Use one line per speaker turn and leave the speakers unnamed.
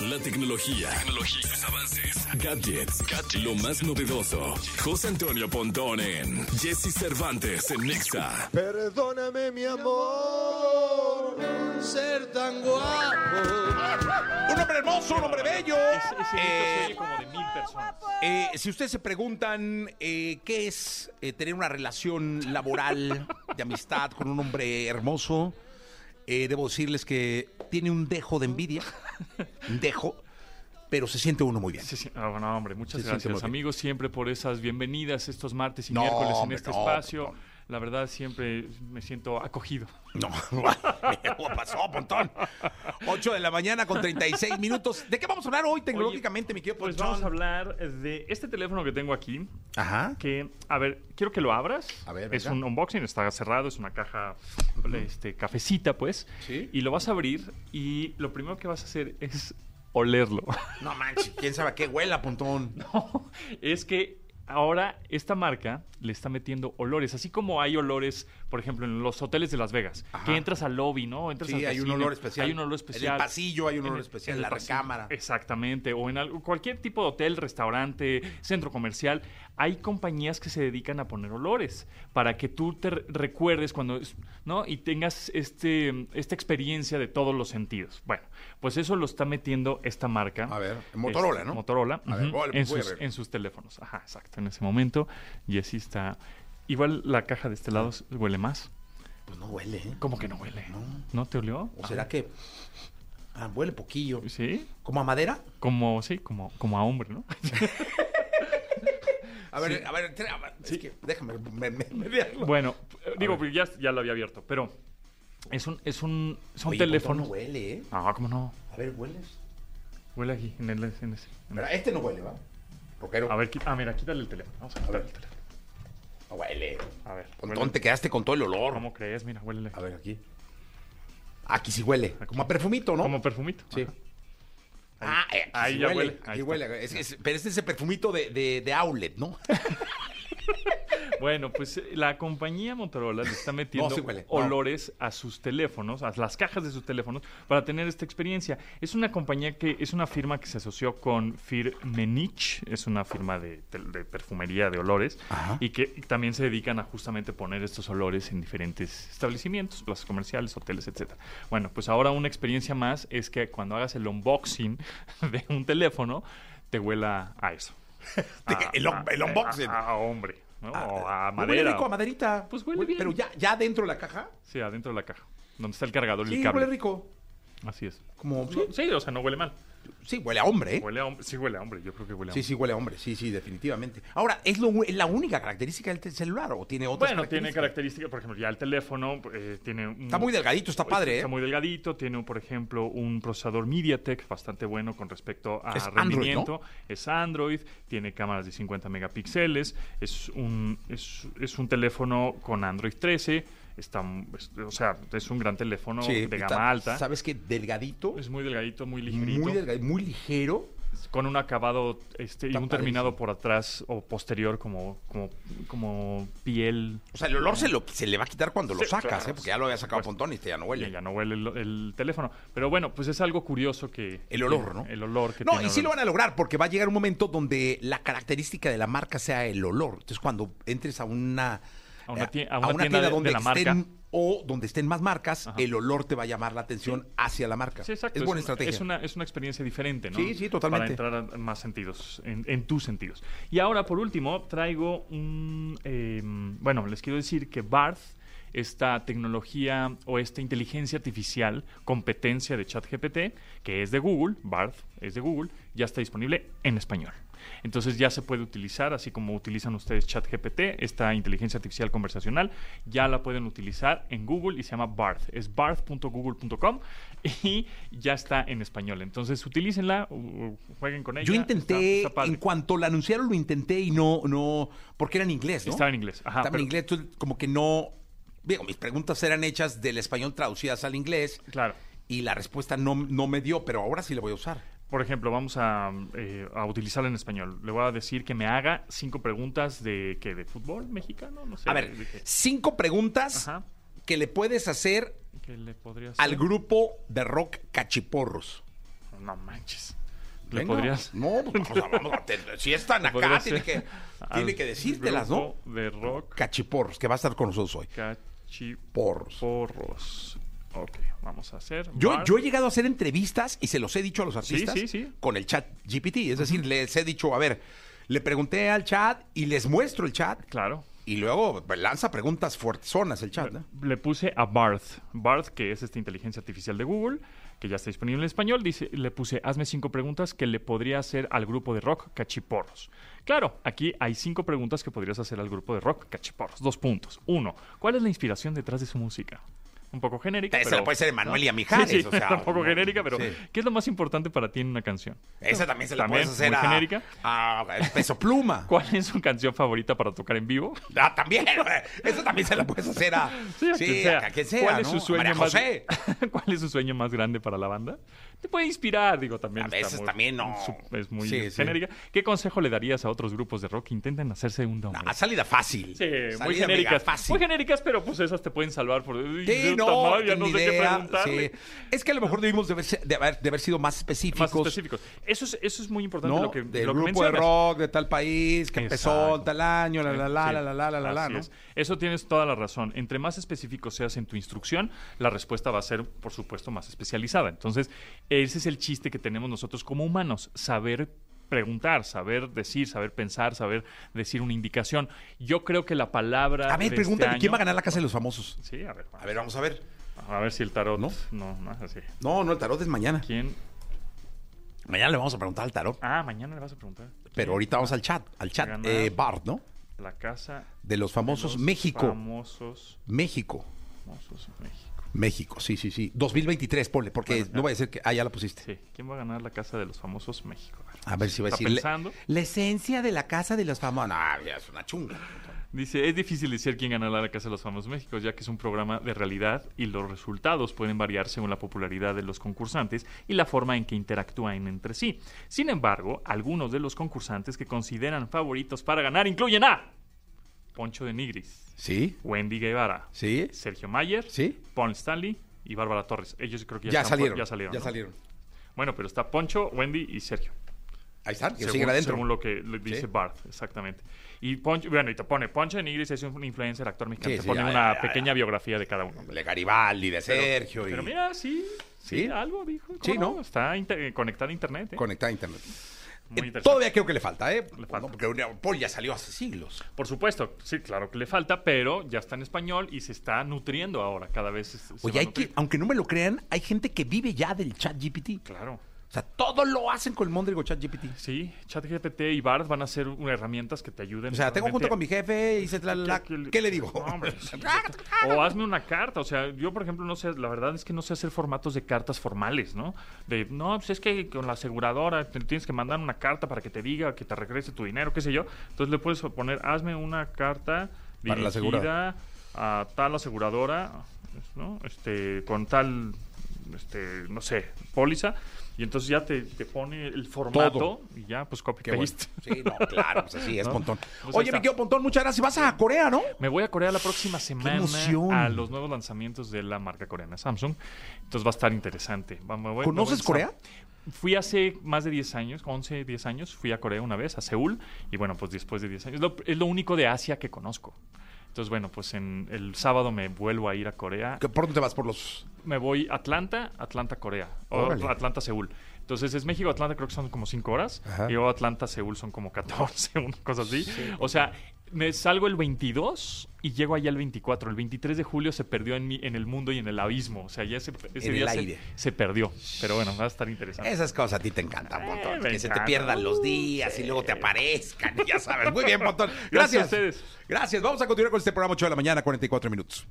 la tecnología. Tecnología, sus avances, gadgets, gadgets, lo más novedoso. José Antonio Pontón en Jesse Cervantes en Nexa.
Perdóname, mi amor, ser tan guapo.
Un hombre hermoso, un hombre bello.
Ese grito se oye como de mil personas.
Eh, si ustedes se preguntan eh, qué es eh, tener una relación laboral de amistad con un hombre hermoso, eh, debo decirles que tiene un dejo de envidia, un dejo, pero se siente uno muy bien.
Sí, sí. Ah, bueno, hombre, muchas
Sí, sí, se
gracias,
mueve.
amigos, siempre por esas bienvenidas estos martes y
No,
miércoles en
hombre,
este
no,
espacio.
no.
La verdad, siempre me siento acogido.
No, ¿qué pasó, Pontón? 8 de la mañana con 36 minutos. ¿De qué vamos a hablar hoy tecnológicamente, mi querido
Pues
Pontón?
vamos a hablar de este teléfono que tengo aquí,
Ajá.
que, a ver, quiero que lo abras.
A ver,
es
venga.
un unboxing, está cerrado, es una caja este, cafecita, pues.
Sí.
Y lo vas a abrir y lo primero que vas a hacer es olerlo.
No manches, quién sabe a qué huela, Pontón.
es que ahora esta marca le está metiendo olores, así como hay olores, por ejemplo, en los hoteles de Las Vegas,
Ajá.
que entras al lobby, ¿no? Entras
Sí,
al
hay un
casino,
olor especial.
Hay un olor
En
especial.
el pasillo Eh. hay un
En
olor
el-
especial,
en
en la
el pasillo.
recámara.
Exactamente, o en algo- cualquier tipo de hotel, restaurante, centro comercial, hay compañías que se dedican a poner olores para que tú te re- recuerdes cuando, es- ¿no? Y tengas este, esta experiencia de todos los sentidos. Bueno, pues eso lo está metiendo esta marca.
A ver, Motorola, ¿no?
Motorola,
A ver,
ujú,
órale, pues
en,
voy a
sus,
ver.
en sus teléfonos. Ajá, exacto, en ese momento. Y así está... Igual la caja de este lado s- huele más.
Pues no huele, ¿eh?
¿Cómo que no huele?
Ah. No.
¿No te olió?
¿O será que ah, huele poquillo?
Sí,
¿Como a madera?
como, sí, como, como a hombre, ¿no?
A ver, a ver, tre- a ver, es que déjame me- me- mediarlo.
Bueno, eh, digo, porque ya, ya lo había abierto, pero es un, es un, son
Oye,
teléfonos.
No huele, ¿eh?
Ah, ¿cómo no?
A ver, hueles.
Huele aquí, en el, en ese- en
Pero este no huele, ¿va? Rockero.
el- A ver, qui- ah, mira, quítale el teléfono. Vamos a quitarle
ver.
el teléfono.
No huele.
A ver.
Pontón,
huele.
te quedaste con todo el olor.
¿Cómo crees? Mira, huele.
A ver, aquí. Aquí sí huele. Como a perfumito, ¿no?
Como perfumito.
Sí.
Ajá.
Ah, eh, aquí
Ahí
sí
ya
huele.
huele.
Aquí
Ahí está.
huele. Es- es- pero este es el perfumito de, de, de outlet, ¿no?
Bueno, pues eh, la compañía Motorola le está metiendo
No, sí huele. No.
olores a sus teléfonos, a las cajas de sus teléfonos, para tener esta experiencia. Es una compañía que es una firma que se asoció con Firmenich, es una firma de, tel- de perfumería de olores,
Ajá.
y que también se dedican a justamente poner estos olores en diferentes establecimientos, plazas comerciales, hoteles, etcétera. Bueno, pues ahora una experiencia más es que cuando hagas el unboxing de un teléfono, te huela a eso. A-
El un- el
a-
unboxing. Ah,
A, a hombre, ¿no? o a
Huele
ah, madera.
rico, a maderita.
Pues huele bien.
Pero ya, ya dentro de la caja.
Sí, adentro de la caja. Donde está el cargador y
Sí,
el cable.
huele rico.
Así es.
Como,
No, Sí, o sea, no huele mal.
sí, huele a hombre, ¿eh?
Huele a hombre. Sí, huele a hombre. Yo creo que huele a
Sí,
hombre.
sí, huele a hombre, sí, sí, definitivamente. Ahora, ¿es, lo- es la única característica del te- celular o tiene otra?
Bueno, tiene características, por ejemplo, ya el teléfono eh, tiene un...
Está muy delgadito, está padre, ¿eh?
Está muy delgadito, tiene, por ejemplo, un procesador MediaTek bastante bueno con respecto a
Es Android,
rendimiento. Es Android, tiene cámaras de 50 megapíxeles, es un, es, es un teléfono con Android 13, está, es- o sea, es un gran teléfono
Sí,
de
está-
gama alta.
¿Sabes qué? Delgadito,
Es muy delgadito, muy ligerito.
muy, delgadito, muy ligero.
con un acabado este, y
Está
un terminado por atrás o posterior como, como, como piel.
O sea, el olor se, lo, se le va a quitar cuando lo
Sí,
sacas,
claro, pues,
¿eh? Porque ya lo había sacado a
supuesto.
Pontón y este ya no
Ya,
huele.
ya no huele el, el teléfono. Pero bueno, pues es algo curioso que...
El olor, ¿no?
El olor que
No,
tiene
y sí
olor.
lo van a lograr porque va a llegar un momento donde la característica de la marca sea el olor. Entonces, cuando entres a una,
A una
eh,
tie- a una tienda de- de
donde
la marca.
estén o donde estén más marcas,
Ajá.
el olor te va a llamar la atención hacia la marca.
Sí, exacto.
Es buena
una-
estrategia.
Es una, es una experiencia diferente, ¿no?
Sí, sí, totalmente.
Para entrar a más sentidos, en, en tus sentidos. Y ahora, por último, traigo un... eh, bueno, les quiero decir que Barth, esta tecnología o esta inteligencia artificial, competencia de ChatGPT, que es de Google, Barth es de Google, ya está disponible en español. Entonces ya se puede utilizar, así como utilizan ustedes ChatGPT, esta inteligencia artificial conversacional, ya la pueden utilizar en Google y se llama Barth. Es barth.google.com y ya está en español. Entonces utilícenla, u- u- jueguen con ella.
Yo intenté,
está- está padre.
en cuanto la anunciaron, lo intenté y no, no, porque era en inglés, ¿no?
Estaba en inglés, ajá,
Estaba
pero-
en inglés, entonces, como que no. Digo, mis preguntas eran hechas del español traducidas al inglés
Claro.
y la respuesta no, no me dio, pero ahora sí la voy a usar.
Por ejemplo, vamos a, eh, a utilizarla en español. Le voy a decir que me haga cinco preguntas de que de fútbol mexicano, no sé.
A
de-
ver,
de qué.
cinco preguntas
Ajá.
que le puedes hacer
¿Qué le podría
al
hacer?
grupo de rock Cachiporros.
Ah, No manches. ¿Le
Venga.
podrías...?
No, pues, vamos a- te- si es tan acá,
podrías
tiene que,
hacer
tiene
al
que decírtelas, ¿no?
grupo De rock
Cachiporros, que va a estar con nosotros hoy. Porros.
cachiporros. Ok, vamos a hacer.
Yo,
Bar-
yo he llegado a hacer entrevistas y se los he dicho a los artistas
sí, sí.
con el chat GPT. Es decir, les he dicho, a ver, le pregunté al chat y les muestro el chat
Claro.
y luego lanza preguntas fuertezonas el chat. ¿no?
Le puse a Barth. Barth, que es esta inteligencia artificial de Google, que ya está disponible en español, dice, le puse, hazme cinco preguntas que le podría hacer al grupo de rock Cachiporros. Claro, aquí hay cinco preguntas que podrías hacer al grupo de rock Cachiporros. Dos puntos. Uno, ¿cuál es la inspiración detrás de su música? Un poco genérica.
Esa
pero-
la puede ser Emanuel y a Mijares,
Sí, sí,
o sea,
un poco
no,
genérica, pero
sí.
¿qué es lo más importante para ti en una canción?
Esa también se la
También,
puedes hacer
muy
a,
genérica.
a el Peso Pluma.
¿Cuál es su canción favorita para tocar en vivo?
Ah, también, güey. Esa también se la puedes hacer a,
Sí, a quien sea.
a quien sea,
¿Cuál es
¿no?
su
A
sueño
María
más
José.
¿Cuál es su sueño más grande para la banda? Te puede inspirar, digo, también.
A
está
veces
muy-
también no.
su- Es muy
Sí, sí.
genérica. ¿Qué consejo le darías a otros grupos de rock que intentan hacerse un nombre?
A Ah, salida fácil.
Sí, muy
Salida mega
genéricas.
Fácil.
Muy genéricas, pero pues esas te pueden salvar por. Uy,
Sí,
puta
no,
madre, ya
no
no sé qué
idea.
preguntarle.
sí. Es que a lo mejor debimos de haber, de haber- de haber sido más específicos.
Más específicos. Eso es, eso es muy importante
¿no?
lo que,
Del
lo que
grupo de
mencionas.
rock de tal país que empezó
Exacto.
en tal año, la la la
Sí,
la la la la la, la,
así
¿no?
es. Eso tienes toda la razón. Entre más específico seas en tu instrucción, la respuesta va a ser, por supuesto, más especializada. Entonces, ese es el chiste que tenemos nosotros como humanos, saber preguntar, saber decir, saber pensar, saber decir una indicación. Yo creo que la palabra
A ver,
de
pregúntame,
este
¿quién va a
año-
ganar la casa de los famosos?
Sí, a ver,
A ver, vamos a ver.
a ver si el tarot
¿No?
no no, es así.
No, no, el tarot es mañana.
¿Quién?
Mañana le vamos a preguntar al tarot.
Ah, mañana le vas a preguntar.
Pero ahorita vamos al chat, al chat
Ganar.
eh, Bard, ¿no?
La casa
De los famosos
los
México.
Famosos,
México.
famosos México.
México, sí, sí, sí. 2023, ponle, porque no va a decir que. Ah, ya la pusiste.
Sí, ¿quién va a ganar la casa de los famosos México?
A ver si va a
Está
decir. "La-
pensando.
La esencia de la casa de los famosos. No, ya es una chunga.
Dice, es difícil decir quién ganará la Casa de los Famosos México, ya que es un programa de realidad y los resultados pueden variar según la popularidad de los concursantes y la forma en que interactúan entre sí. Sin embargo, algunos de los concursantes que consideran favoritos para ganar incluyen a Poncho de Nigris,
¿Sí?
Wendy Guevara,
¿Sí?
Sergio Mayer,
¿Sí?
Paul Stanley y Bárbara Torres. Ellos creo que
Ya,
ya, están fu-
salieron.
Ya salieron.
Ya
¿no?
salieron.
Bueno, pero está Poncho, Wendy y Sergio.
Ahí están, que
según,
siguen adentro.
según lo que le dice
Sí.
Barth, exactamente. Y Poncho, bueno, y te pone Poncho Nigris es un influencer, actor mexicano.
Sí,
te
sí,
pone
ya,
una
ya, ya,
pequeña biografía de cada uno.
De Garibaldi, de Sergio.
Pero
y
mira, sí, sí,
Sí.
algo dijo. ¿cómo
Sí,
no?
¿no?
Está inter- conectada a internet. ¿eh?
Conectada a internet.
Muy
Eh,
interesante.
Todavía creo que le falta, ¿eh?
Le falta.
No, porque una- Paul ya salió hace siglos.
Por supuesto, sí, claro que le falta, pero ya está en español y se está nutriendo ahora. Cada vez se- se
Oye,
va a
hay
nutrir.
que, aunque no me lo crean, hay gente que vive ya del chat GPT.
Claro.
O sea, todo lo hacen con el Mondrigo chat GPT.
Sí, ChatGPT y Bard van a ser un- herramientas que te ayuden.
O sea, tengo junto
realmente
con mi jefe y se la, la-
¿Qué- qué-
¿Qué le digo?
No, hombre, sí. o hazme una carta. O sea, yo, por ejemplo, no sé, la verdad es que no sé hacer formatos de cartas formales, ¿no? De, no, pues es que con la aseguradora te tienes que mandar una carta para que te diga que te regrese tu dinero, qué sé yo. Entonces le puedes poner, hazme una carta
Para la aseguradora.
dirigida a tal aseguradora, ¿no? Este, con tal, este, no sé, póliza. Y entonces ya te, te pone el formato y ya, pues copy
Qué bueno.
paste.
Sí, no, claro, pues sí, es
¿No?
Pontón.
Pues ahí
Oye,
está.
mi querido Pontón, muchas gracias. Vas a Corea, ¿no?
Me voy a Corea la próxima semana
emoción!
a los nuevos lanzamientos de la marca coreana Samsung. Entonces va a estar interesante. Va- me voy-
¿Conoces
me voy a-
Corea?
Fui hace más de 10 años, 11, 10 años, fui a Corea una vez, a Seúl, y bueno, pues después de 10 años, lo- es lo único de Asia que conozco. Entonces, bueno, pues en el sábado me vuelvo a ir a Corea.
¿Qué- ¿Por dónde te vas? Por los.
Me voy a Atlanta, Atlanta, Corea, o
Órale.
Atlanta, Seúl. Entonces es México, Atlanta, creo que son como 5 horas,
Ajá.
y luego Atlanta, Seúl son como 14, una cosa así. o sea, me salgo el 22 y llego allá el 24. El 23 de julio se perdió en, mí, en el mundo y en el abismo. O sea, ya ese, ese
En
día
el
se-
aire.
Se, perdió. Pero bueno, va a estar interesante.
Esas cosas a ti te encantan, Pontón.
Ah. me
que se te
encanta.
pierdan los días y luego te aparezcan, y ya sabes. Muy bien, Pontón. Gracias.
a ustedes.
Gracias. Vamos a continuar con este programa 8 de la mañana, 44 minutos.